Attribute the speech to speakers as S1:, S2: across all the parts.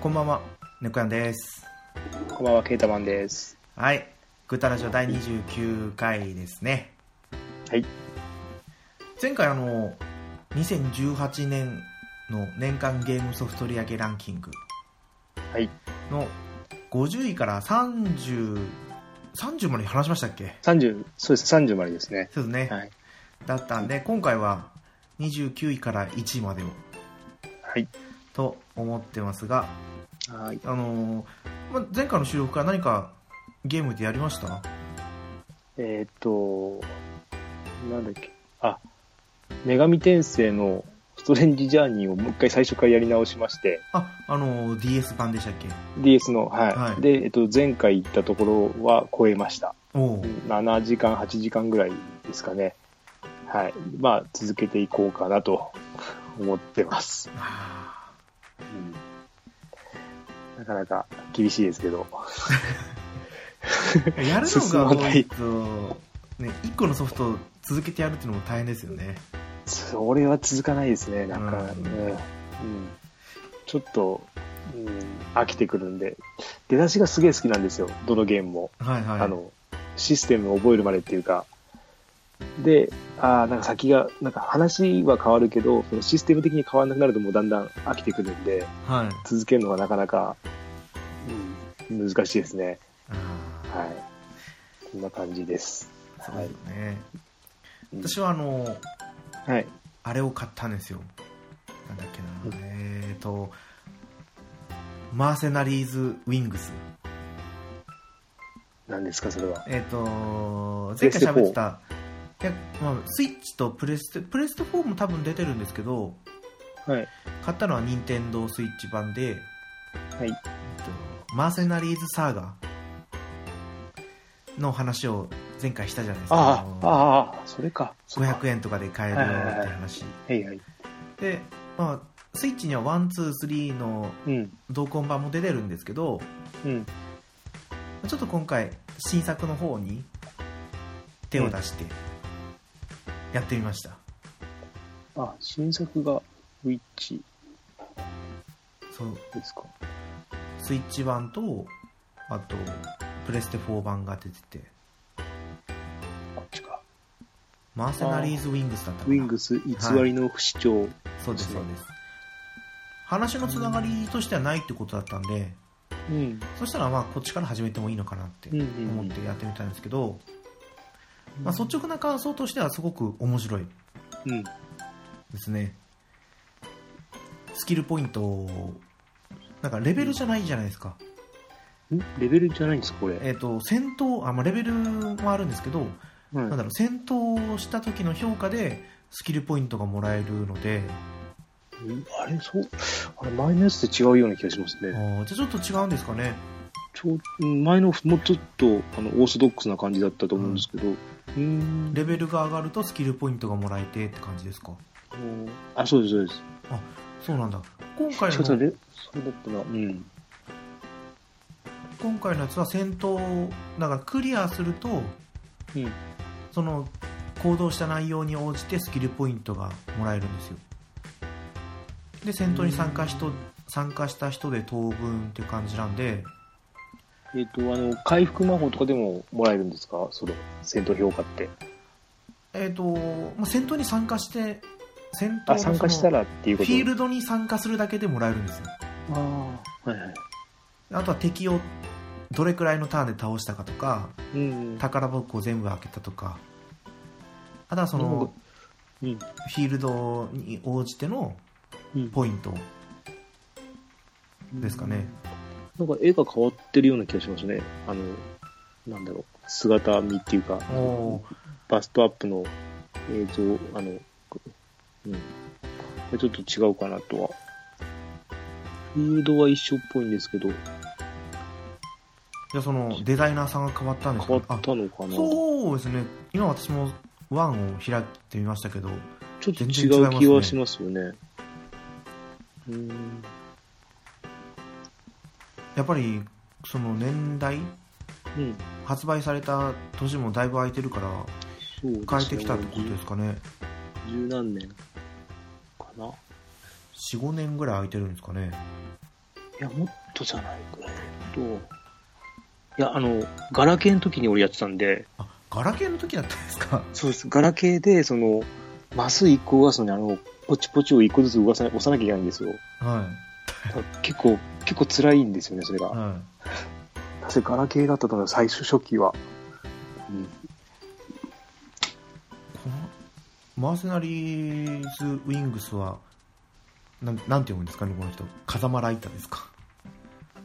S1: こんばんは、ぬくやんです。
S2: こんばんは、ケータマンです。
S1: はい、グータラジオ第29回ですね。
S2: はい。
S1: 前回あの、2018年の年間ゲームソフト売上ランキング
S2: はい。
S1: の50位から30、30まで話しましたっけ
S2: 30、そうです、30までですね。
S1: そうですね。
S2: はい。
S1: だったんで、今回は29位から1位までを
S2: はい。
S1: と思ってますが、
S2: はい。
S1: あのーまあ、前回の収録から何かゲームでやりました
S2: えーっと、なんだっけ。あ、女神転生のストレンジジャーニーをもう一回最初からやり直しまして、
S1: あ、あのー DS 版でしたっけ
S2: DS の、はい。
S1: はい
S2: で、えっと、前回行ったところは超えました。
S1: おう
S2: 7時間、8時間ぐらいですかね。はい。まあ、続けていこうかなと思ってます。
S1: あ
S2: うんなかなか厳しいですけど。
S1: ーやるの
S2: 進
S1: が
S2: ま
S1: 多
S2: ない
S1: いと、ね、1個のソフトを続けてやるっていうのも大変ですよね。
S2: それは続かないですね、なんか、
S1: うん
S2: ねうんちょっと、うん、飽きてくるんで、出だしがすげえ好きなんですよ、どのゲームも。
S1: はいはい。
S2: あのシステムを覚えるまでっていうか。で、ああ、なんか先が、なんか話は変わるけど、そのシステム的に変わらなくなるともうだんだん飽きてくるんで、
S1: はい。
S2: 続けるのがなかなか、うん、難しいですね。
S1: あー
S2: はい。こんな感じです。
S1: そうですよね。
S2: うん
S1: 私はあのー
S2: はい。
S1: あれを買ったんですよ。なんだっけな。えっ、ー、と、マーセナリーズ・ウィングス。
S2: 何ですか、それは。
S1: えっ、と、
S2: プ
S1: 前回
S2: レステ
S1: 喋ってた、いやまあ、スイッチとプレステ、プレステ4も多分出てるんですけど、
S2: はい。
S1: 買ったのは任天堂スイッチ版で、
S2: は
S1: え
S2: い。
S1: っとマーセナリーズサーガの話を前回したじゃないですか。
S2: あ
S1: の
S2: あ、ああ、それか。それか
S1: 500円とかで買えるよって話。
S2: はいはい。
S1: で、まあ、スイッチには1、2、3の
S2: うん。
S1: 同梱版も出てるんですけど、
S2: うん。
S1: ちょっと今回、新作の方に手を出して、やってみました。
S2: あ、新作がウィッチ
S1: そう、
S2: ですか。
S1: スイッチ版と、あと、プレステ4版が出てて、
S2: こっちか。
S1: マーセナリーズウィングスだったか
S2: ウ
S1: な。
S2: ィングス偽りの不死鳥。
S1: そうです、そうです。話のつながりとしてはないってことだったんで、
S2: うん。
S1: そしたらまあこっちから始めてもいいのかなって
S2: うんうんうん
S1: 思ってやってみたんですけど、まあ率直な感想としてはすごく面白い
S2: うん。
S1: ですね。スキルポイントを、なんかレベルじゃないじゃないですか。
S2: んレベルじゃないんですか、これ。
S1: えっ、と、戦闘、あ、まあレベルもあるんですけど、
S2: うん
S1: なんだろう、戦闘をした時の評価でスキルポイントがもらえるので、
S2: うんあれ、そう。あれ、前のやつと違うような気がします
S1: あ
S2: ね。
S1: ーじゃあちょっと違うんですかね。
S2: ちょうん前の、もうちょっと、あの、オーソドックスな感じだったと思うんですけど。うーん。
S1: レベルが上がるとスキルポイントがもらえてって感じですか
S2: うんあ、そうです、そうです。
S1: そうなんだ今回
S2: ちょっと
S1: の
S2: レ、そうだったな。うん。
S1: 今回のやつは戦闘だからクリアすると
S2: うん。
S1: その行動した内容に応じてスキルポイントがもらえるんですよで戦闘に参加しと参加した人で当分って感じなんで
S2: えっ、と、あの、回復魔法とかでももらえるんですかその、戦闘評価って。
S1: えっ、と、まあ、戦闘に参加して戦闘
S2: あ、
S1: の
S2: 参加した
S1: その
S2: らっていう
S1: フ
S2: こと
S1: ィールドに参加するだけでもらえるんですよ
S2: ああ、はいはい。
S1: あとは敵をどれくらいのターンで倒したかとか
S2: うん。
S1: 宝箱を全部開けたとかあとはそ
S2: なるほ
S1: の
S2: どうん。
S1: フィールドに応じての
S2: うん
S1: ポイントですかね。
S2: なんか絵が変わってるような気がしますね。あの、なんだろう、姿見っていうか、
S1: おー
S2: バストアップの映像、あの、うん。これちょっと違うかなとは。フィールドは一緒っぽいんですけど、
S1: じゃあそのデザイナーさんが変わったんですか
S2: 変わったのか
S1: あ
S2: な
S1: そうですね今私もワンを開いてみましたけど
S2: ちょっと
S1: 全
S2: 違
S1: 然違いますね
S2: う気はしますよね。うん。
S1: やっぱりその年代
S2: うん。
S1: 発売された年もだいぶ空いてるから
S2: そうですね
S1: 変えてきたってことですかね
S2: 十何年かな。
S1: 45年ぐらい空いてるんですかね
S2: いや、もっとじゃないか。えっと、いや、あの、ガラケーの時に俺やってたんで、
S1: あガラケーの時だったんですか
S2: そうです。ガラケーで、その、マス1個動かすのに、あの、ポチポチを1個ずつ動かさな押さなきゃいけないんですよ。
S1: は
S2: だから結構、結構辛いんですよね、それ
S1: い
S2: が。
S1: は
S2: 確かガラケーだったと思う、最初初期は。うん。
S1: いこのマーセナリーズウィングスはなんなんて読むんですかねこの人風間ライタですか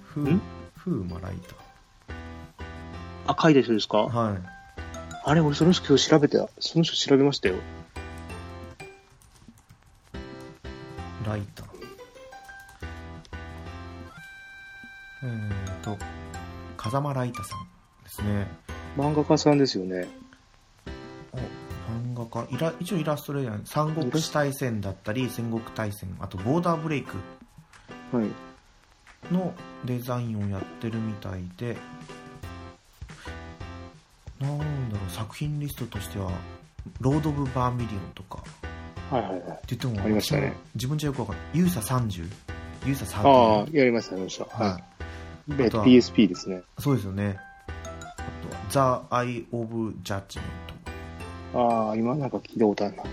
S1: ふ
S2: ん
S1: 風間ライ
S2: 赤いでしょです
S1: タ
S2: か
S1: はい
S2: あれ、俺その人今日調べて、その人調べましたよ。
S1: ライターえーと風間ライタさんですね
S2: 漫画家さんですよね。
S1: お漫画家イラ一応イラストレーター三国志大戦だったり戦国大戦あとボーダーブレイク
S2: はい。
S1: のデザインをやってるみたいでなんだろう作品リストとしては「ロード・オブ・バーミリオン」とか
S2: はいはいは
S1: っ
S2: い。
S1: て言っても
S2: ありましたね
S1: 私も自分じゃよくわかんない「ユーサ30」「ユーサ30」
S2: ああ、やりました、やりました。
S1: は
S2: はいい。で
S1: あとは
S2: PSP ですね。
S1: そうですよねあとは「ザ・アイ・オブ・ジャッジメント」
S2: ああ、今なんか聞いたことあるな。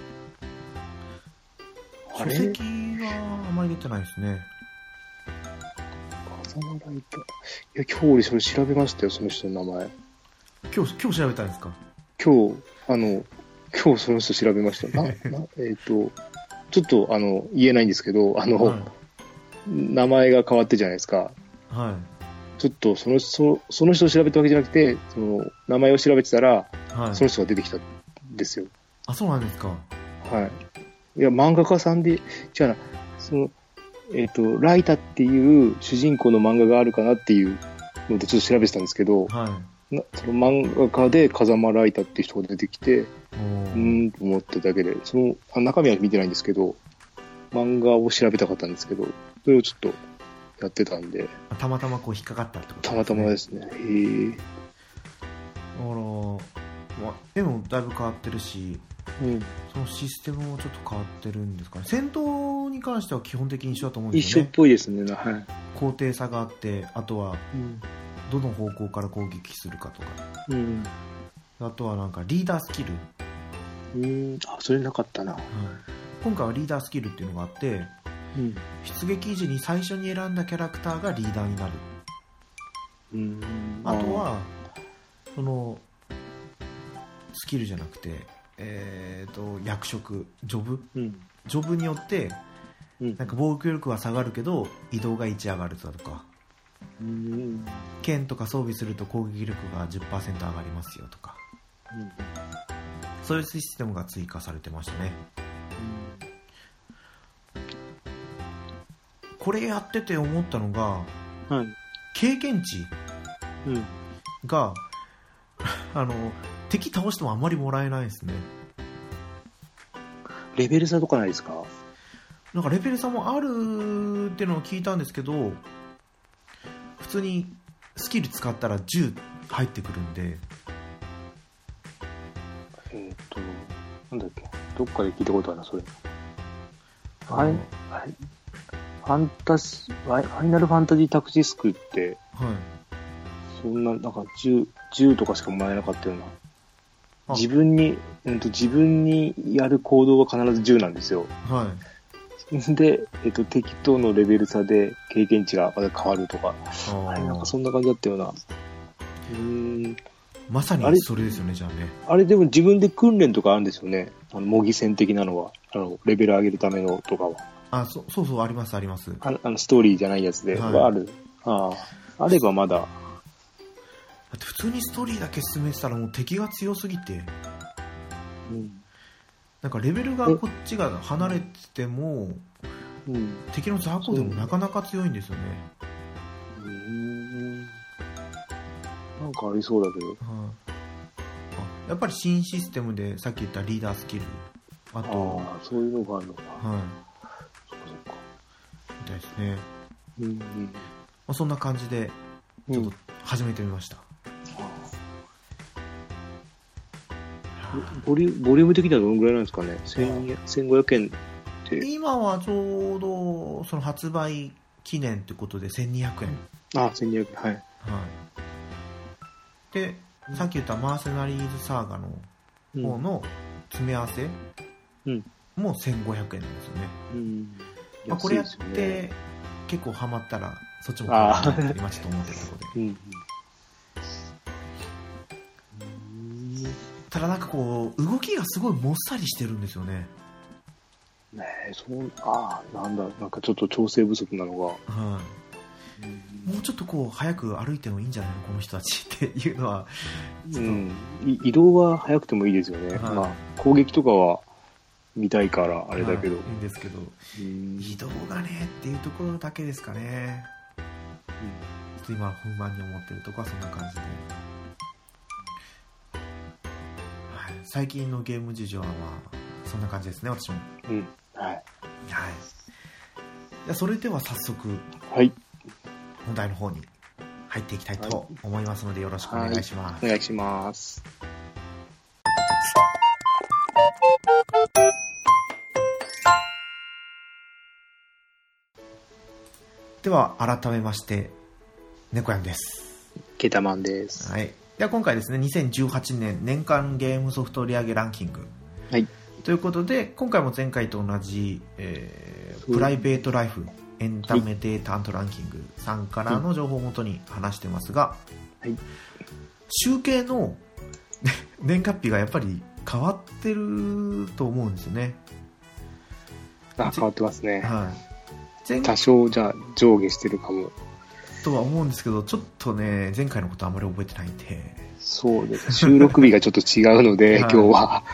S2: あ
S1: 書
S2: れ
S1: 籍はあまり出てないですね
S2: 風間ライト。いや、今日俺それ調べましたよ、その人の名前。
S1: 今日今日調べたんですか
S2: 今日、あの、今日その人調べました。な、な えっ、と、ちょっと、あの、言えないんですけど、あの、
S1: はい
S2: 名前が変わってじゃないですか。
S1: は
S2: ちょっとその、そその人を調べたわけじゃなくて、その、名前を調べてた
S1: い
S2: ら、
S1: はい
S2: その人が出てきたんですよ。
S1: あそうなんですか
S2: はい。いや、漫画家さんで、違うな、その、えっ、と、ライタっていう主人公の漫画があるかなっていうので、ちょっと調べてたんですけど、
S1: は
S2: なその漫画家で風間ライタっていう人が出てきて、う
S1: いおー
S2: ーんと思っただけで、その、あ中身は見てないんですけど、漫画を調べたかったんですけど、それをちょっとやってたんで、
S1: たまたまこう引っかかったってこと
S2: たまたまですすね。へえ。
S1: ねあらま絵もだいぶ変わってるし
S2: うん。
S1: そのシステムもちょっと変わってるんですかね戦闘に関しては基本的に一緒だと思うんで
S2: 一
S1: すよ
S2: 緒っ
S1: ね
S2: ぽいですね、はい。
S1: 高低差があってあとは
S2: うん。
S1: どの方向から攻撃するかとか
S2: うん。
S1: あとはなんかリーダースキル、はい
S2: うん。あ、それなかったな。
S1: 今回はリーダースキルっていうのがあって
S2: うん。
S1: 出撃時に最初に選んだキャラクターがリーダーになる
S2: うん。
S1: あとはそのスキルじゃなくて、えー、と役職ジョブ
S2: うん。
S1: ジョブによって
S2: うん
S1: なんか防御力は下がるけど移動が1上がるだとか
S2: うん。
S1: 剣とか装備すると攻撃力が10%上がりますよとかそういうシステムが追加されてましたねこれやってて思ったのが
S2: はい。
S1: 経験値
S2: うん。
S1: が あの敵倒してもあんまりもらえないですね
S2: レベル差とかないですか
S1: なんかレベル差もあるっていうのを聞いたんですけど普通にスキル使ったら10入ってくるんで
S2: えっと、なんだっけ。どっかで聞いたことあるな、それ。はい
S1: はい
S2: はい。ファンタス、ファイファイナルファンタジータクシスクって、そんな、なんか10、10とかしかもらえなかったような。
S1: あ
S2: 自分に、うんと、自分にやる行動は必ず10なんですよ。
S1: は
S2: で、えっと、敵とのレベル差で経験値がまた変わるとか。あれ、
S1: い
S2: な
S1: あ
S2: んか
S1: ー
S2: そんな感じだったような。うーん。
S1: まさ
S2: あれ
S1: にそれですよねじゃあね
S2: あれでも自分で訓練とかあるんですよね。あの模擬戦的なのは。あの、レベル上げるためのとかは。
S1: あそそうそうありますあります
S2: あの、あのストーリーじゃないやつで。
S1: はい
S2: はある。ああ。あればまだ。
S1: だって普通にストーリーだけ進めてたらもう敵が強すぎて
S2: うん。
S1: なんかレベルがこっちが離れてても
S2: うん。
S1: 敵の雑魚でもなかなか強いんですよね、
S2: うーんなんかありそうだけど。
S1: はい、あやっぱり新システムでさっき言ったリーダースキルあと
S2: ああ、そういうのがあるのか。
S1: はい
S2: そっかそっか。
S1: みたいですね、ま
S2: うん。
S1: あ、そんな感じで
S2: うん。
S1: ちょっと始めてみました、
S2: ボリュボリューム的にはどのぐらいなんですかね。1500円って。
S1: 今はちょうどその発売記念ってことで1200円、
S2: あ、1200、はい。
S1: はい、でさっき言ったマーセナリーズサーガの
S2: うん
S1: 方の詰め合わせ
S2: うん
S1: も1500円なんですよね、
S2: うん。
S1: まあ、これやっ
S2: 安いですよね
S1: て結構ハマったらそっちも買おうかなって今ちょっと思ってるところ で
S2: うん。
S1: ただなんかこう動きがすごいもっさりしてるんですよね、
S2: ねえ、そう、ああ、なんだ、なんかちょっと調整不足なのが。
S1: はいもうちょっとこう早く歩いてもいいんじゃないのこの人たちっていうのはちょ
S2: う
S1: っと
S2: ん、い移動は早くてもいいですよね、
S1: はい
S2: まあ、攻撃とかは見たいからあ
S1: あ
S2: れだけど、
S1: いいんですけど
S2: うん
S1: 移動がねっていうところだけですかねちょっと今不満に思ってるとこはそんな感じで、はい、最近のゲーム事情はそんな感じですね私も
S2: うんはい、
S1: はいじゃあそれでは早速
S2: はい、
S1: 本題の方に入っていきたいと思いますのでよろしくお願いします、
S2: お願いします
S1: では改めまして猫やんです
S2: ケタマンです
S1: はい、では今回ですね2018年年間ゲームソフト売上ランキング、
S2: はい
S1: ということで今回も前回と同じ、えー
S2: うん
S1: プライベートライフエンタメデータランキングさんからの情報をもとに話してますが、
S2: はい
S1: 集計の 年月日がやっぱり変わってると思うんですよね、
S2: あ変わってますね
S1: はい、前
S2: 多少じゃあ上下してるかも
S1: とは思うんですけどちょっとね前回のことあまり覚えてないんで
S2: そうです収録日がちょっと違うの
S1: は
S2: で、
S1: い
S2: 今日は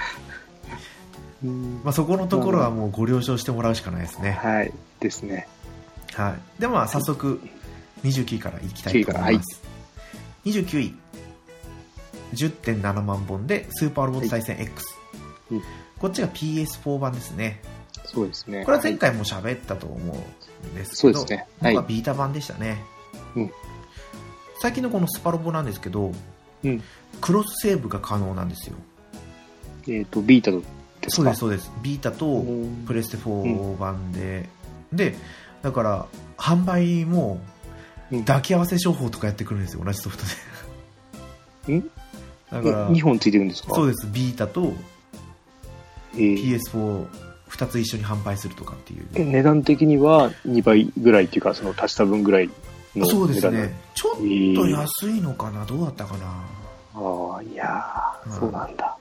S2: うん
S1: まあ、そこのところはもうご了承してもらうしかないですね。
S2: はいですね
S1: はい。では、まあ早速、29位からいきたいと思います。29位。10.7万本で、スーパーロボット対戦 X。
S2: はいうん
S1: こっちが PS4 版ですね。
S2: そうですね
S1: これは前回も喋ったと思うんです
S2: そ
S1: け
S2: うで
S1: ど、
S2: すねは
S1: 僕
S2: い
S1: はビータ版でしたね。
S2: うん
S1: 最近のこのスパロボなんですけど、
S2: うん
S1: クロスセーブが可能なんですよ。
S2: えっ、とビータとです
S1: そうで
S2: か
S1: す、そうです。ビータと、
S2: うん
S1: プレステ4版で、でだから販売も
S2: うん
S1: 抱き合わせ商法とかやってくるんですよ同じソフトで
S2: ん
S1: だ
S2: え
S1: から
S2: 2本ついてるんですか
S1: そうですビータと
S2: えー
S1: PS42 つ一緒に販売するとかってい
S2: え
S1: う
S2: 値段的には2倍ぐらいっていうか、その足した分ぐらいの値段
S1: そうです
S2: なん
S1: ねちょっ
S2: えー
S1: と安いのかなどうだったかな
S2: ああ、いやー、
S1: うん
S2: そうなんだ。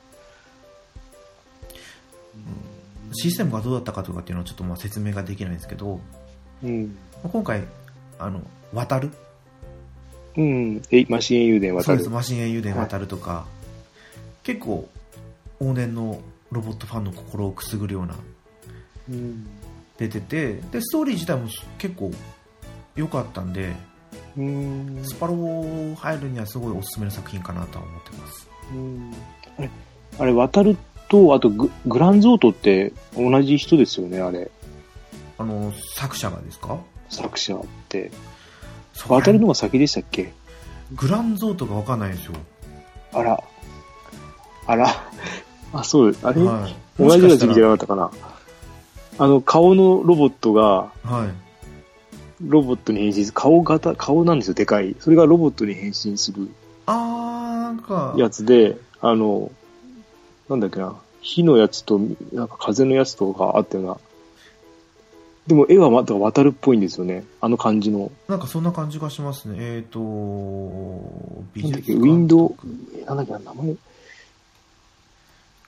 S1: システムがどうだったかとかっていうのはちょっとまあ説明ができないんですけど
S2: うん。
S1: 今回あの渡る
S2: うん。え、マシン油田
S1: そう
S2: 渡
S1: です
S2: る。
S1: マシン英雄伝渡るとか、結構往年のロボットファンの心をくすぐるような
S2: うん。
S1: 出ててでストーリー自体も結構良かったんで
S2: うん。
S1: スパロボ入るにはすごいおすすめの作品かなとは思ってます
S2: うんあれ、あれ渡ると、あとググランゾートって同じ人ですよね、あれ。
S1: あの作者がですか
S2: 作者って。
S1: そう
S2: 渡るのが先でしたっけ
S1: グランゾートが分かんないんですよ、
S2: あら。あら。 あ、そう、あれ、
S1: はい、
S2: 同じような時期じゃ
S1: は
S2: なかったかな。あの、顔のロボットが、
S1: い
S2: ロボットに変身する顔型、顔なんですよ、でかい。それがロボットに変身する
S1: あーなんか
S2: やつで、あの、なんだっけな、火のやつと、なんか風のやつとかあったような。でも絵はまた渡るっぽいんですよね、あの感じの。
S1: なんかそんな感じがしますねえっ、ー、と美術
S2: なんだっけウィンドウ
S1: 監督
S2: えなんだっけな、名前。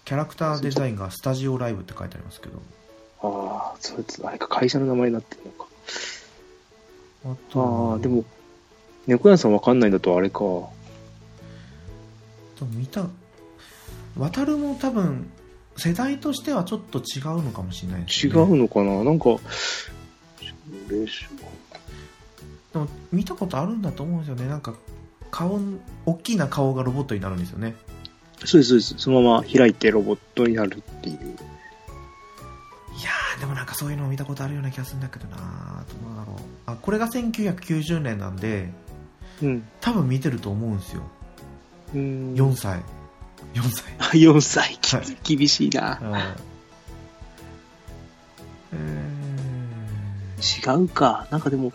S1: キャラクターデザインがスタジオライブって書いてありますけど
S2: ああ、それつ、あれか、会社の名前になってるのか。
S1: あと
S2: ああ、でも、猫屋さんわかんないんだとあれか。
S1: でも見た渡るも多分世代としてはちょっと違うのかもしれないです
S2: 違
S1: ね
S2: うのかな、なんか、嬉しい
S1: でも見たことあるんだと思うんですよねなんか顔大きな顔がロボットになるんですよね
S2: そうです、そうです。そのまま開いてロボットになるっていう。
S1: いやーでもなんかそういうのを見たことあるような気がするんだけどなーどうだろうあこれが1990年なんで
S2: うん。
S1: 多分見てると思うんですよ
S2: 4
S1: 4歳4歳
S2: 4歳き
S1: はい
S2: 厳しいな
S1: えー
S2: 違うか。なんかでも、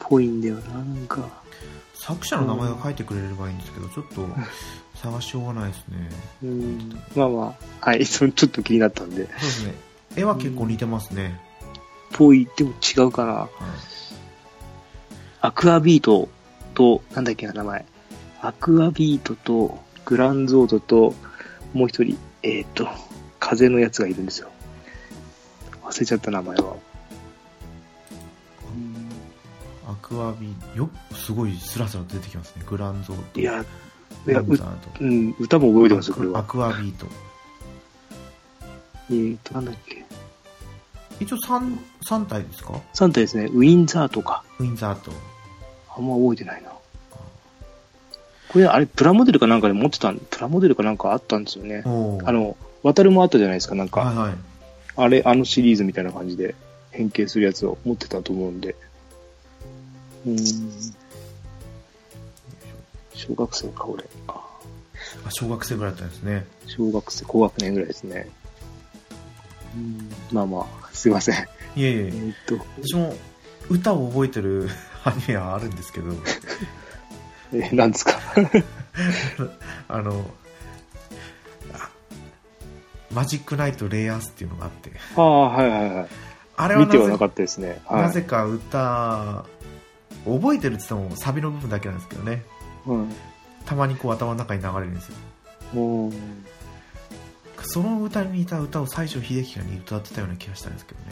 S2: ぽいんだよな、なんか。
S1: 作者の名前を書いてくれればいいんですけど、ちょっと探しようがないですね。
S2: うん。まあまあ、はい、 それちょっと気になったん
S1: そう
S2: で。
S1: ですね。絵は結構似てますね。
S2: ぽい、でも違うかな。
S1: はい
S2: アクアビートと、なんだっけな、名前。アクアビートと、グランゾードと、もう一人、えーっ、と、風のやつがいるんですよ。忘れちゃった名前は。
S1: アクアビよすごいスラスラ出てきますね。グランゾート。
S2: いや、いや、
S1: モン
S2: う
S1: ターと、
S2: うん、歌も覚えてますよ、これ
S1: ア
S2: は。
S1: クアビート。
S2: えーっ、と、なんだっけ。
S1: 一応3、三体ですか
S2: 3体ですね、ウィンザーとか。
S1: ウィンザーと。
S2: あんま覚えてないな。これ、あれ、プラモデルかなんかで持ってたん、プラモデルかなんかあったんですよね。
S1: おー
S2: あ、の、渡るもあったじゃないですか、なんか。
S1: はいはい。
S2: あれ、あのシリーズみたいな感じで変形するやつを持ってたと思うんで。うーん。小学生か、俺。あ
S1: あ小学生ぐらいだったんですね。
S2: 小学生、高学年ぐらいですね。うーん。まあまあ、すいません。
S1: いえい
S2: え
S1: え。
S2: ーっと、
S1: 私も歌を覚えてる アニメはあるんですけど、
S2: えーなんですか。
S1: あの、あマジックナイトレイアースっていうのがあって、
S2: ああ、はいはいは
S1: あれ
S2: い。
S1: は
S2: 見
S1: なぜ
S2: てはなかったですね。はい。
S1: なぜか歌、覚えてるって言ってもサビの部分だけなんですけどね。
S2: うん。
S1: たまにこう頭の中に流れるんですよ。
S2: うーん。
S1: その歌に似た歌を西城秀樹が歌ってたような気がしたんですけどね。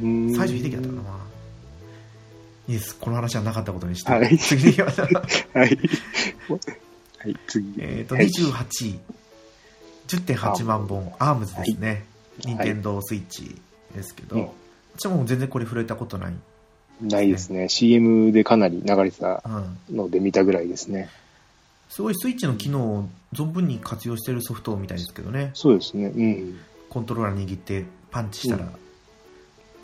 S2: うーん
S1: 西城秀樹だったかな、まあいいです。この話はなかったことにして。
S2: はい
S1: 次に行き ましょう
S2: はい。はい、次。
S1: えっと、
S2: はい
S1: 28位。10.8万本、アームズですね。
S2: はい
S1: 任天堂スイッチですけど、
S2: うん
S1: 私も全然これ触れたことない。
S2: ないですね。CM でかなり流れてた
S1: うん。
S2: ので見たぐらいですね。
S1: すごいスイッチの機能を存分に活用してるソフトみたいですけどね。
S2: そうですね。うん。
S1: コントローラー握ってパンチしたら、
S2: うん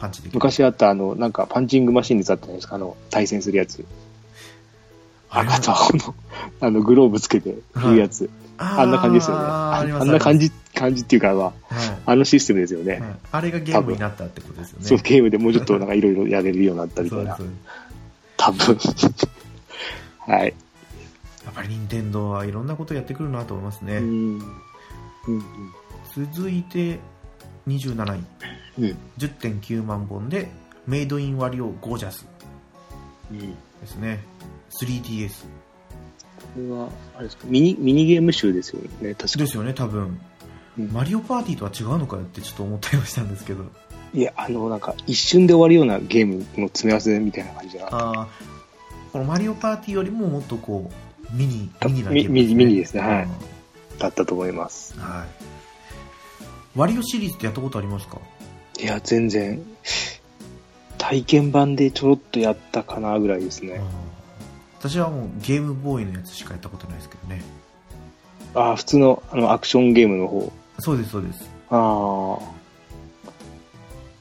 S1: パンチできる。
S2: 昔あった、あの、なんか、パンチングマシンでさったじゃないですか、あの、対戦するやつ。
S1: あれは
S2: 赤と青の、あの、グローブつけて、いうやつ。
S1: あー
S2: あんな感じですよね。
S1: あ
S2: あ
S1: ります
S2: あんな感じ、感じっていうか、ま
S1: ありますはい
S2: あ、あのシステムですよね。
S1: はいあれがゲームになったってことですよね。
S2: そう、ゲームでもうちょっと、なんか、いろいろやれるようになったみ
S1: そ
S2: たいう
S1: で
S2: な
S1: す。そうです
S2: 多分。 はい。
S1: やっぱり任天堂はいろんなことやってくるなと思いますね。
S2: うん。うん。
S1: 続いて27位、
S2: うん。
S1: 10.9万本で、メイドインワリオゴージャス
S2: うん。
S1: ですね。3DS
S2: これは、あれですか、ミニ、ミニゲーム集ですよね、確か
S1: ですよね、多分。
S2: うん
S1: マリオパーティーとは違うのかよってちょっと思ったりはしたんですけど。
S2: いや、あの、なんか、一瞬で終わるようなゲームの詰め合わせみたいな感じじゃなかっ
S1: あーこのマリオパーティーよりももっとこう、ミニ、
S2: た
S1: ミニなゲーム
S2: ミミニですねはい
S1: うん
S2: ただったと思います。
S1: はい。ワリオシリーズってやったことありますか
S2: いや、全然、体験版でちょろっとやったかなぐらいですね。
S1: 私はもうゲームボーイのやつしかやったことないですけどね。
S2: ああ、普通のあのアクションゲームの方。
S1: そうです、そうです。
S2: ああ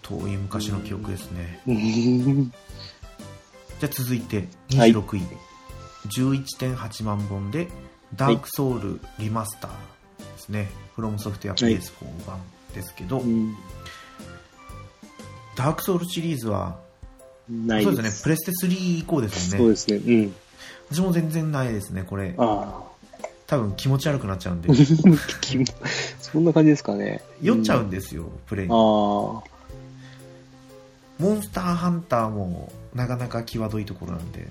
S1: 遠い昔の記憶ですね。
S2: うん、
S1: じゃあ続いて、
S2: はい
S1: 26位。11.8万本で、ダークソウルリマスターですね。フロムソフトウェア
S2: はい
S1: PS4 版ですけど、
S2: うん
S1: ダークソウルシリーズは、
S2: ない
S1: そうですね、プレステ3以降です
S2: そ
S1: も
S2: うんで
S1: ね。
S2: すね。うん。
S1: 私も全然ないですね、これ。
S2: あ
S1: 多分気持ち悪くなっちゃうんで
S2: あ。。気も そんな感じですかね。
S1: 酔っちゃうんですよ、プレイに
S2: あ。あ。
S1: モンスターハンターもなかなか際どいところなんで。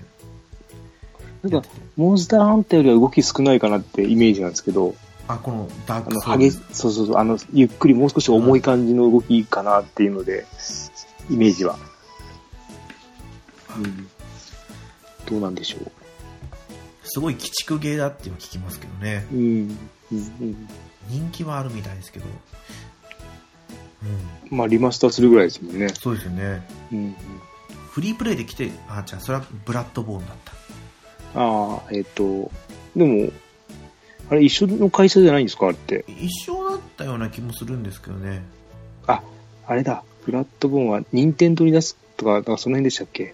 S2: なんか、モンスターハンターよりは動き少ないかなってイメージなんですけど、
S1: あ、このダー
S2: あ
S1: ク
S2: の、
S1: ソウル
S2: 激。そうそうそう、あの、ゆっくりもう少し重い感じの動きかなっていうので、イメージは。うん。どうなんでしょう。
S1: すごい鬼畜ゲーだっていうの聞きますけどね。
S2: うん、うん、
S1: 人気はあるみたいですけど。うん、
S2: まあリマスターするぐらいですもんね。
S1: そうですよね。
S2: うん、
S1: フリープレイで来て、あ、じゃあそれはブラッドボーンだった。
S2: ああ、えっ、と、でも、あれ一緒の会社じゃないんですかあれって。
S1: 一緒だったような気もするんですけどね。
S2: あれだ、プラットフォームは任天堂に出すとか、なんかその辺でしたっけ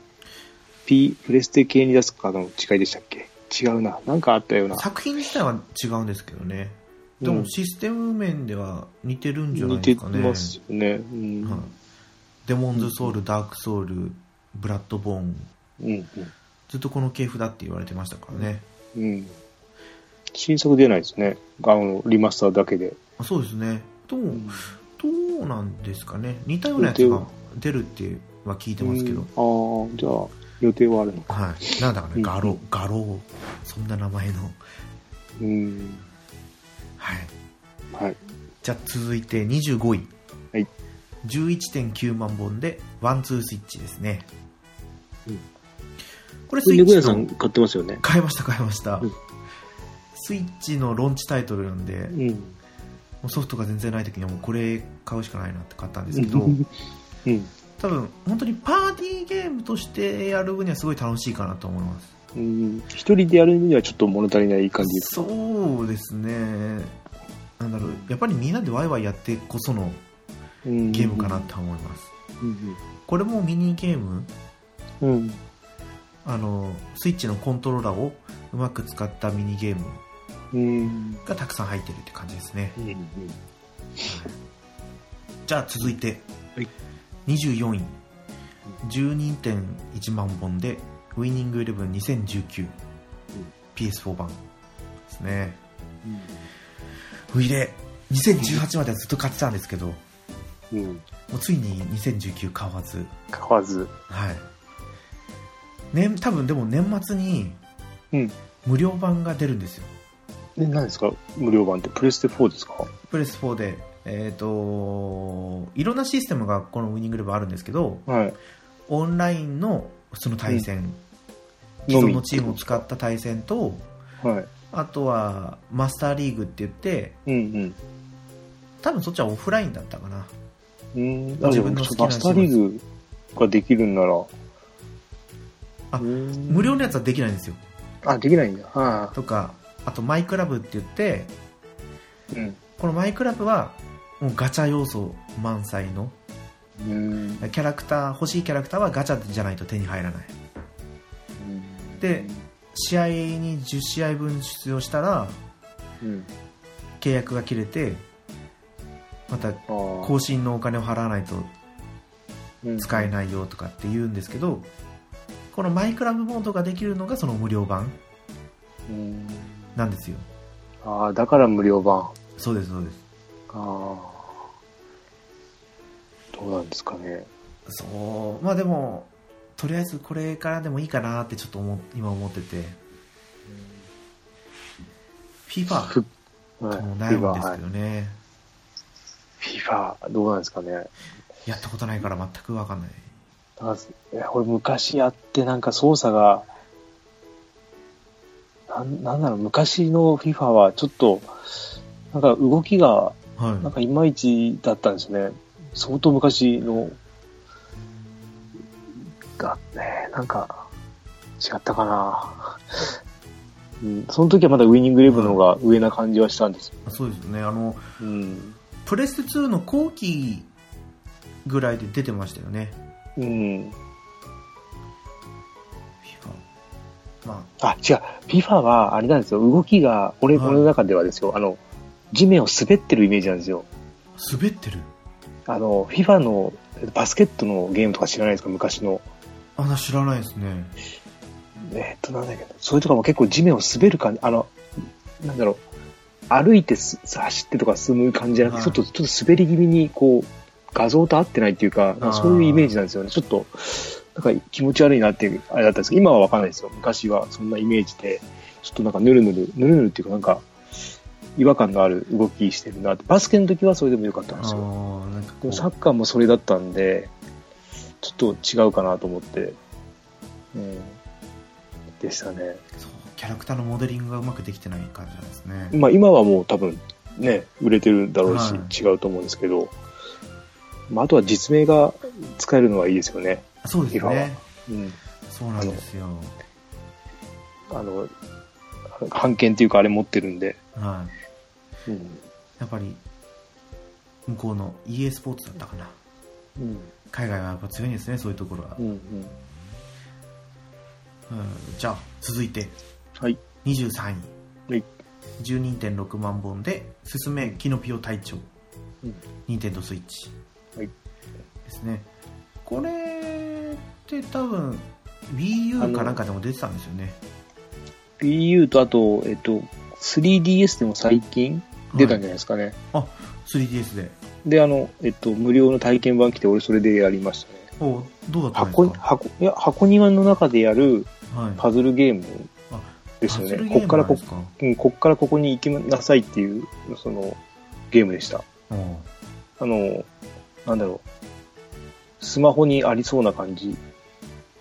S2: ?P、プレステ系に出すかの違いでしたっけ違うな。なんかあったような。
S1: 作品自体は違うんですけどね。で
S2: う
S1: も
S2: ん
S1: システム面では似てるんじゃない
S2: 似
S1: で
S2: て
S1: すかね。
S2: ますよね。うん。
S1: はいデモンズソウル、ダークソウル、ブラッドボーン、
S2: うん、
S1: ずっとこの系譜だって言われてましたからね。
S2: うん。うん。新作出ないですね。あの、リマスターだけで。
S1: あそうですね。どう、
S2: うん
S1: どうなんですかね。似たようなやつが出るっては聞いてますけど。
S2: うんああ、じゃあ、予定はあるのか。
S1: はい。なんだかね、画
S2: う
S1: 廊、画廊、そんな名前の。
S2: うん。
S1: はい。
S2: はい。
S1: じゃあ続いて25位。
S2: はい。
S1: 11.9万本で、ワンツースイッチですね。
S2: うん
S1: これスイッ
S2: 猫
S1: チ
S2: 屋
S1: の
S2: さん買ってますよね。
S1: 買いました買いました、
S2: うん
S1: スイッチのローンチタイトルなんで、
S2: う
S1: も
S2: ん。
S1: うソフトが全然ない時にはもうこれ買うしかないなって買ったんですけど
S2: うん。
S1: 多分本当にパーティーゲームとしてやる分にはすごい楽しいかなと思います
S2: うん一人でやるにはちょっと物足りない感じです。
S1: そうですねなんだろうやっぱりみんなでワイワイやってこその
S2: ゲ
S1: ゲームかな
S2: う
S1: と思います、
S2: ん
S1: これもミニゲーム
S2: うん。うん
S1: あのスイッチのコントローラーをうまく使ったミニゲーム
S2: うん。
S1: がたくさん入ってるって感じですね
S2: うん
S1: じゃあ続いて、
S2: はい
S1: 24位12.1万本でウィニングイレブン 2019PS4 版ですねウィレ2018まではずっと買ってたんですけども
S2: うん。うん。
S1: うついに2019買わず
S2: 買わず。
S1: はい年多分でも年末に
S2: うん
S1: 無料版が出るんですよ
S2: で、何ですか無料版って。プレステ4ですか
S1: プレス4でえっ、といろんなシステムがこのウィニングイレブンあるんですけど
S2: はい。
S1: オンラインのその対戦、既
S2: の
S1: 存
S2: み
S1: のチームを使った対戦と
S2: はい。
S1: あとはマスターリーグって言って
S2: うん
S1: 多分そっちはオフラインだったかな
S2: うん。うん。
S1: 自分の好きな
S2: マスターリーグができるんなら。
S1: あ無
S2: 無
S1: 料のやつはできないんですよ
S2: あ、できないんだ。は
S1: とかあとマイクラブって言って
S2: い。うん。
S1: このマイクラブはもうガチャ要素満載の
S2: うん。
S1: キャラクター欲しいキャラクターはガチャじゃないと手に入らないで試合に10試合分出場したら
S2: うん、
S1: 契約が切れてまた
S2: あー
S1: 更新のお金を払わないと
S2: うん
S1: 使えないよとかって言うんですけどこのマイクラブモードができるのがその無料版
S2: うん
S1: なんですよ
S2: ああ、だから無料版。
S1: そうですそうです
S2: ああ。どうなんですかね。
S1: そうまあでもとりあえずこれからでもいいかなってちょっと思今思ってて FIFA
S2: ふはい
S1: とも
S2: フ
S1: 悩
S2: ィ
S1: むん
S2: バ
S1: で
S2: ー、
S1: す
S2: は
S1: け
S2: い
S1: どね
S2: フィバー、どうなんですかね。
S1: やったことないから全く分かんない
S2: なんかいや俺昔やって、なんか操作が、なん、なんだろう、昔のフィファはちょっと、なんか動きが、なん
S1: は
S2: かいまいちだったんですね。相当昔の、がね、なんか、違ったかな。うん、その時はまだウィニングイレブンの方が上な感じはしたんです。
S1: いそうですよねあの
S2: うん。
S1: プレステ2の後期ぐらいで出てましたよね
S2: うん。
S1: FIFA ま
S2: あ、違う。FIFA は、あれなんですよ。動きが、俺、
S1: はい
S2: 俺の中ではですよ。あの、地面を滑ってるイメージなんですよ。
S1: あ滑ってる
S2: あの、FIFA のバスケットのゲームとか知らないですか昔の。
S1: あんな知らないですね
S2: えーっと、なんだっけど、それとかも結構地面を滑る感じ、あの、なんだろう、歩いてす走ってとか進む感じじゃなくて、
S1: はい
S2: ちょっと、ちょっと滑り気味に、こう、画像と合ってないっていうか、なんかそういうイメージなんですよね。ちょっと、なんか気持ち悪いなっていう、あれだったんですけど、今はわかんないですよ。昔はそんなイメージで、ちょっとなんかぬるぬる、ぬるぬるっていうか、なんか、違和感のある動きしてるなって。バスケの時はそれでもよかったん
S1: あ
S2: ですよ。
S1: ーなんか
S2: で
S1: こ
S2: もサ
S1: う
S2: ッカーもそれだったんで、ちょっと違うかなと思って、うん、でしたね。
S1: そうキャラクターのモデリングがうまくできてない感じなんですね、
S2: まあ今はもう多分ね、売れてるだろうし、
S1: は
S2: 違うと思うんですけど、まああとは実名が使えるのはいいですよね。
S1: そうです
S2: 今は
S1: ね
S2: うん。
S1: そうなんですよ
S2: あの、版権っていうかあれ持ってるんで、
S1: はい
S2: うん。
S1: やっぱり向こうの EA スポーツだったかな
S2: うん。
S1: 海外はやっぱ強いんですねそういうところは、
S2: う
S1: うん
S2: ん。うん。
S1: じゃあ続いて
S2: はい。
S1: 23位、
S2: はい
S1: 12.6万本で「すすめキノピオ隊長」
S2: うん
S1: ニンテンドースイッチ
S2: はい
S1: ですねこれって多分 WiiU かなんかでも出てたんですよね
S2: BU とあと、えっと、3DS でも最近出たんじゃないですかね。
S1: 3DS で
S2: で、あの、えっと、無料の体験版来て、俺それでやりましたね。
S1: おどうだったんです
S2: 箱に、
S1: か
S2: 箱、いや、箱庭の中でやる
S1: はい
S2: パズルゲームです
S1: パ
S2: よ
S1: ズル
S2: ね。
S1: ゲー
S2: こ
S1: ム
S2: っから
S1: なん
S2: こ
S1: です、か
S2: うん、こっからここに行きなさいっていう、その、ゲームでした。
S1: うん
S2: あの、なんだろう。スマホにありそうな感じ。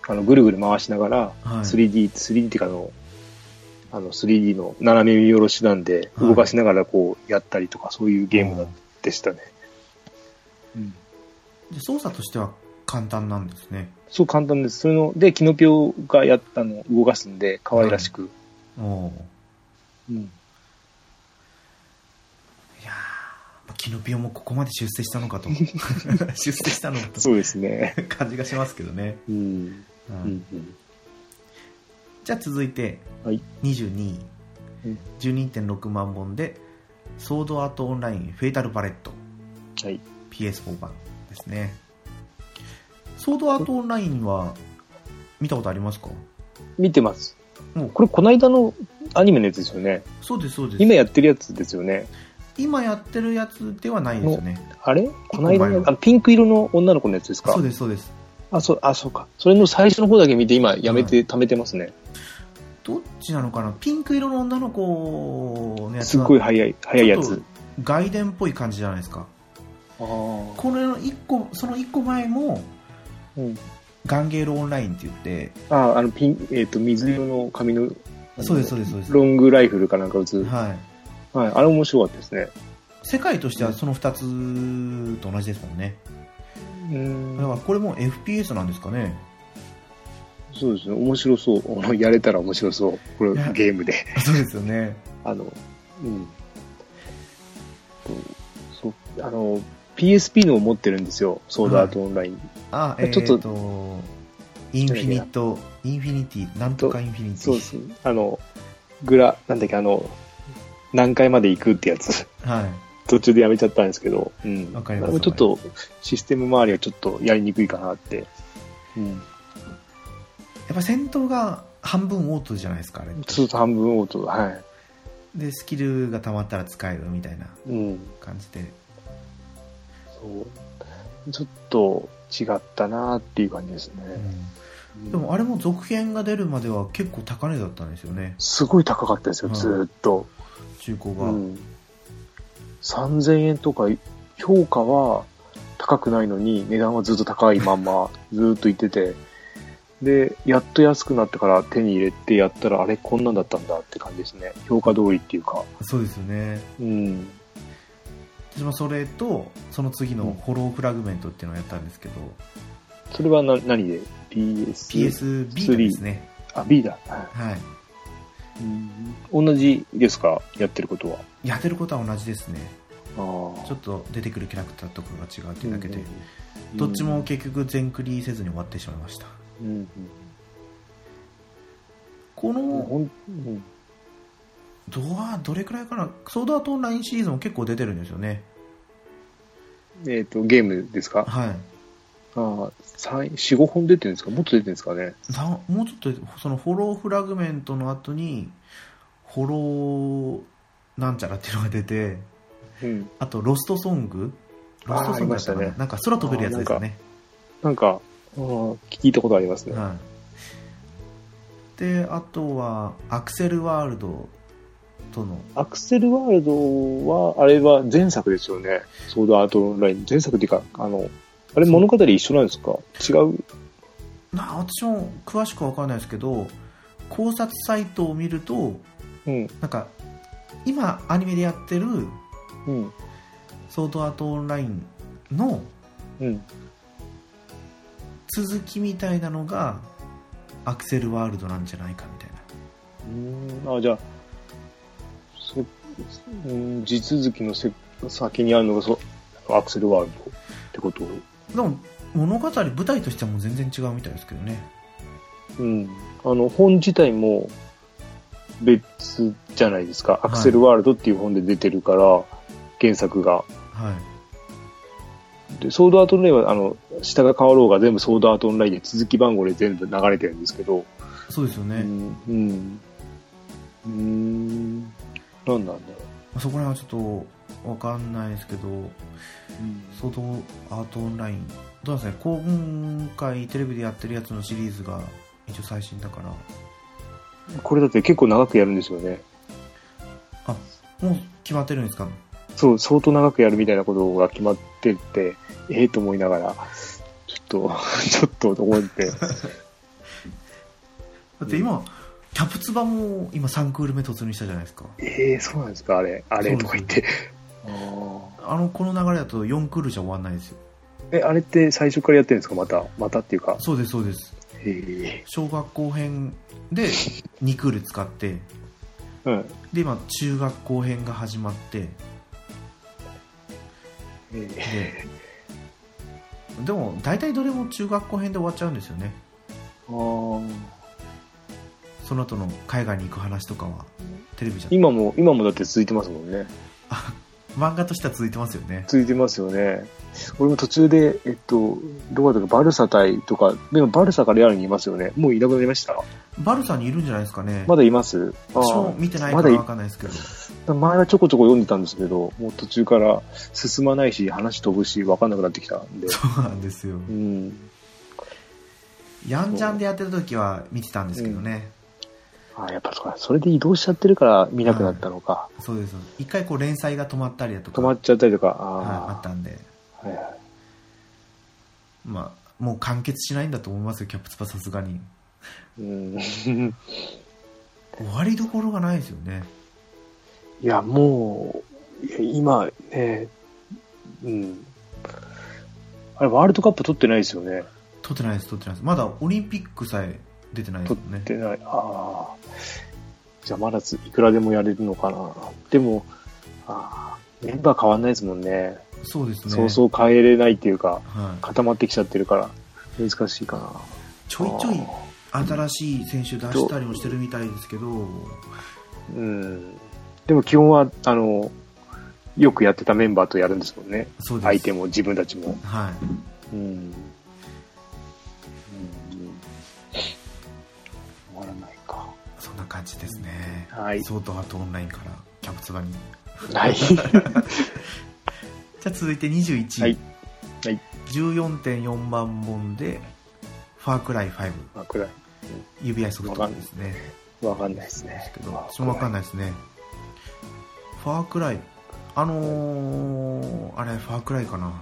S2: あの、ぐるぐる回しながら、
S1: はい
S2: 3D、3D っていうかあの、あの 3D の斜め見下ろしなんで、
S1: はい
S2: 動かしながらこうやったりとか、そういうゲームだでしたね。うん。
S1: で操作としては簡単なんですね
S2: そう簡単です。それの、で、キノピオがやったの、動かすんで、可愛らしく。
S1: お
S2: うん。
S1: いやーキノピオもここまで出世したの かと出世したのかと
S2: そうですね。
S1: 感じがしますけどね、
S2: うん。
S1: う
S2: うんん。
S1: じゃあ続いて、
S2: はい
S1: 22位
S2: うん
S1: 12.6万本で「ソードアートオンラインフェイタルバレット
S2: はい。」
S1: PS4 版ですねソードアートオンラインは見たことありますか
S2: 見てます。
S1: うん
S2: これ、この間のアニメのやつですよね。
S1: そうですそうです
S2: 今やってるやつですよね。
S1: 今やってるやつではないですね
S2: あれこの間
S1: 前
S2: の
S1: の
S2: あのピンク色の女の子のやつですか
S1: そうですそうです
S2: あ、そう、あ、そうか。それの最初の方だけ見て、今やめて、貯めてますね。
S1: どっちなのかなピンク色の女の子のやつ
S2: すっ
S1: は
S2: ごい早い、早いや
S1: ちょっ
S2: つ
S1: と。外伝っぽい感じじゃないですか
S2: ああ。
S1: この一個その1個前も
S2: うん。
S1: ガンゲールオンラインって言って
S2: あ、あの、ピン、えっ、と、水色の髪の、あの
S1: そうですそうですそうです
S2: ロングライフルかなんか打つ。はい。
S1: はい
S2: あれ面白かったですね。
S1: 世界としてはその2つと同じですもんね
S2: う
S1: だから
S2: ん。
S1: これも FPS なんですかね
S2: そうですね。面白そう。 あのやれたら面白そう。これ、
S1: いや
S2: ゲームで。
S1: そうですよね
S2: あの、うん。そう、あの、PSP のを持ってるんですよ。ソードアートオンライン。
S1: あえっ、
S2: ちょっと
S1: とインフィニットインフィニティなんとかインフィニティ
S2: そうです。あの、グラ、なんだっけ、あの、何回まで行くってやつ。
S1: はい
S2: 途中でやめちゃったんですけど、うん。
S1: わかります
S2: これちょっと、システム周りはちょっとやりにくいかなって。うん。
S1: やっぱ戦闘が半分オートじゃないですかあれ
S2: ちょっと半分オート、は。
S1: でスキルが溜まったら使えるみたいない
S2: うん。
S1: 感じで
S2: そう。ちょっと違ったなっていう感じです
S1: う
S2: ね。
S1: んでもあれも続編が出るまでは結構高値だったんですよね
S2: すごい高かったですよ、
S1: うん
S2: ずーっと。
S1: 中古
S2: う
S1: が、
S2: ん。3000円とか、評価は高くないのに、値段はずっと高いまんま、ずーっといってて、で、やっと安くなったから手に入れてやったら、あれ、こんなんだったんだって感じですね。評価通りっていうか。
S1: そうですよね
S2: うん。
S1: 私もそれとその次のホローフラグメントっていうのをやったんですけど、
S2: それはな何で ?PS?PS。
S1: PSB ですね
S2: あ、B だ。は
S1: はい
S2: 同じですかやってることは。
S1: いやってることは同じですね
S2: ああ。
S1: ちょっと出てくるキャラクターとかが違うっていうだけで、
S2: うんうんうん
S1: どっちも結局全クリせずに終わってしまいました
S2: うん
S1: こ
S2: うん
S1: の
S2: ほんうん
S1: ドアどれくらいかなソードアートオンラインシリーズも結構出てるんですよね
S2: えっ、と、ゲームですか
S1: はい
S2: ああ、三四五本出てるんですかもっと出てるんですかね
S1: なもうちょっとそのフォローフラグメントの後にフォローなんちゃらっていうのが出て
S2: うん。
S1: あとロストソングロストソングだったかな
S2: あーありましたね
S1: なんか空飛べるやつですよね
S2: なんか、ああ聞いたことありますね。
S1: はい、であとはアクセルワールドとの
S2: アクセルワールドは、あれは前作ですよね。ソードアートオンライン。前作っていうか、あの、あれ物語一緒なんですか違う
S1: な私も詳しくわかんないですけど考察サイトを見ると
S2: うん。
S1: なんか今アニメでやってる
S2: うん。
S1: 「ソードアートオンライン」の
S2: うん。
S1: 続きみたいなのがアクセルワールドなんじゃないかみたいな
S2: うーんあじゃあそうん地続きのせ先にあるのがそアクセルワールドってこと
S1: でも物語舞台としてはもう全然違うみたいですけどね
S2: うんあの本自体も別じゃないですか、アクセルワールドっていう本で出てるから原作が
S1: はい
S2: って、ソードアートオンラインは、あの、下が変わろうが全部ソードアートオンラインで続き番号で全部流れてるんですけど、
S1: そうですよね、
S2: うん、うん。うーん。なんなんだろ
S1: そこら辺はちょっとわかんないですけど
S2: う。
S1: ソードアートオンラインどうなんですかね今回テレビでやってるやつのシリーズが一応最新だから
S2: これだって結構長くやるんですよね。
S1: もう決まってるんですか
S2: そう、相当長くやるみたいなことが決まってて、ええと思いながら、ちょっと、 ちょっとと思って。
S1: だって今、キャプツバも今3クール目突入したじゃないですか
S2: ええそうなんですか、あれ、あれとか言って。あ
S1: あのこの流れだと4クールじゃ終わんないですよ
S2: ーえ、あれって最初からやってるんですか、また、またっていうか。
S1: そうですそうです
S2: え
S1: 小学校編で2クール使って
S2: えうん。
S1: で今中学校編が始まって
S2: ええ
S1: ででも大体どれも中学校編で終わっちゃうんですよね
S2: あー
S1: その後の海外に行く話とかはテレビじゃ
S2: 今も、今もだって続いてますもんね。
S1: あ漫画としては続いてますよね
S2: 続いてますよね。俺も途中で、えっと、どこだったか、バルサ対とか、でもバルサがレアルにいますよね。もういなくなりました
S1: バルさんにいるんじゃないですかね
S2: まだいますあ
S1: 私も
S2: ー
S1: 見てないか
S2: ま
S1: ら
S2: だい
S1: わかんないですけど、
S2: 前はちょこちょこ読んでたんですけど、もう途中から進まないし、話飛ぶし、わかんなくなってきたんで。
S1: そうなんですよ
S2: うん。
S1: ヤンジャンでやってる時は見てたんですけどね、
S2: あーやっぱそうか、それで移動しちゃってるから見なくなったのか。
S1: そうですそうです一回こう連載が止まったりだとか
S2: 止まっちゃったりとか、
S1: はいあっ
S2: あ
S1: たんで
S2: あ、はいはい
S1: まあもう完結しないんだと思いますよキャプツバさすがに
S2: うん、
S1: 終わりどころがないですよね
S2: いや、もう、いや今、ね、うん。あれ、ワールドカップ取ってないですよね。
S1: 撮ってないです撮ってないですまだオリンピックさえ出てないです
S2: 取
S1: もんね
S2: ってない。ああ。じゃあ、まだついくらでもやれるのかな。でも、ああ、メンバー変わんないですもんね。
S1: そうですね
S2: そうそう変えれないっていうか、
S1: はい、
S2: 固まってきちゃってるから、難しいかな。
S1: ちょいちょい
S2: あ
S1: 新しい選手出したりもしてるみたいですけど
S2: ーうん。でも基本は、あの、よくやってたメンバーとやるんですもんね。
S1: そうです
S2: 相手も自分たちも。
S1: はい
S2: うん。うん。終わらないか。
S1: そんな感じですね
S2: はい
S1: ソートアートオンラインからキャプツバにじ
S2: ない。
S1: ゃあ続いて21位、
S2: はいはい
S1: 14.4万本でファークライ5
S2: あ、くらい。
S1: 指合ソフトですね
S2: わかんないですね。
S1: けど私もわかんないですねファークライあのー、あれファークライかな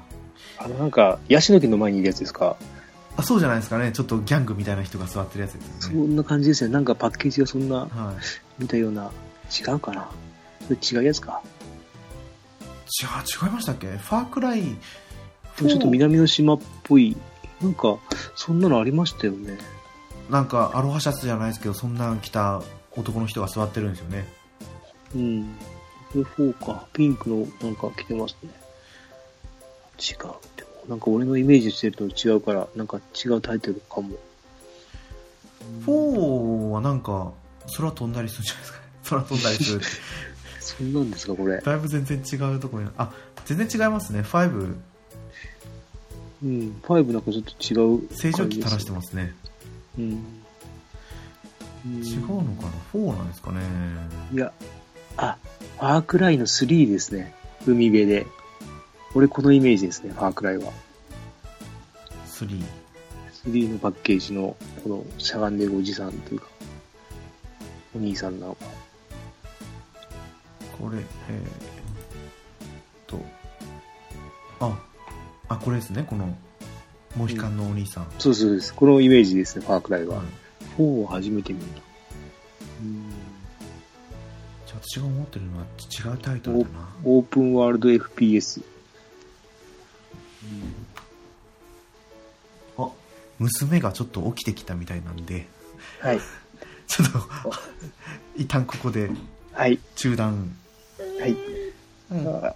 S2: あの、なんか、ヤシの木の前にいるやつですか。
S1: あそうじゃないですかねちょっとギャングみたいな人が座ってるやつです
S2: そ
S1: よね
S2: んな感じですね。なんかパッケージがそんな、
S1: はい
S2: 見たような。違うかな。それ違うやつか。
S1: 違う違いましたっけファークライ
S2: でもちょっと南の島っぽい、なんか、そんなのありましたよね。
S1: なんかアロハシャツじゃないですけどそんなん着た男の人が座ってるんですよね
S2: うん。これ4か。ピンクのなんか着てますね。違う。でも、なんか俺のイメージしてると違うから、なんか違うタイトルかも。
S1: 4はなんか空飛んだりするんじゃないですかね空飛んだりする
S2: そんなんですか、これ。
S1: だいぶ全然違うところにあ全然違いますね5
S2: うん。5なんかちょっと違う。
S1: 正常期垂らしてますね
S2: す。うん。ん
S1: 違うのかな4なんですかね
S2: いや、あ、ファークライの3ですね。海辺で。俺このイメージですね、ファークライは。
S1: 3
S2: 3のパッケージの、この、しゃがんでるおじさんというか、お兄さんなのか。
S1: これえー、っとああこれですねこのモヒカンのお兄さん、
S2: そうそうです。このイメージですね、ファークライ
S1: は
S2: は。
S1: い
S2: 4を初めて見た。
S1: じゃあ私が思ってるのは違うタイトルだな
S2: うん。オープンワールド FPS。
S1: あ娘がちょっと起きてきたみたいなんで
S2: はい。
S1: ちょっと 一旦ここで
S2: はい。
S1: 中断
S2: はい。
S1: うん
S2: あ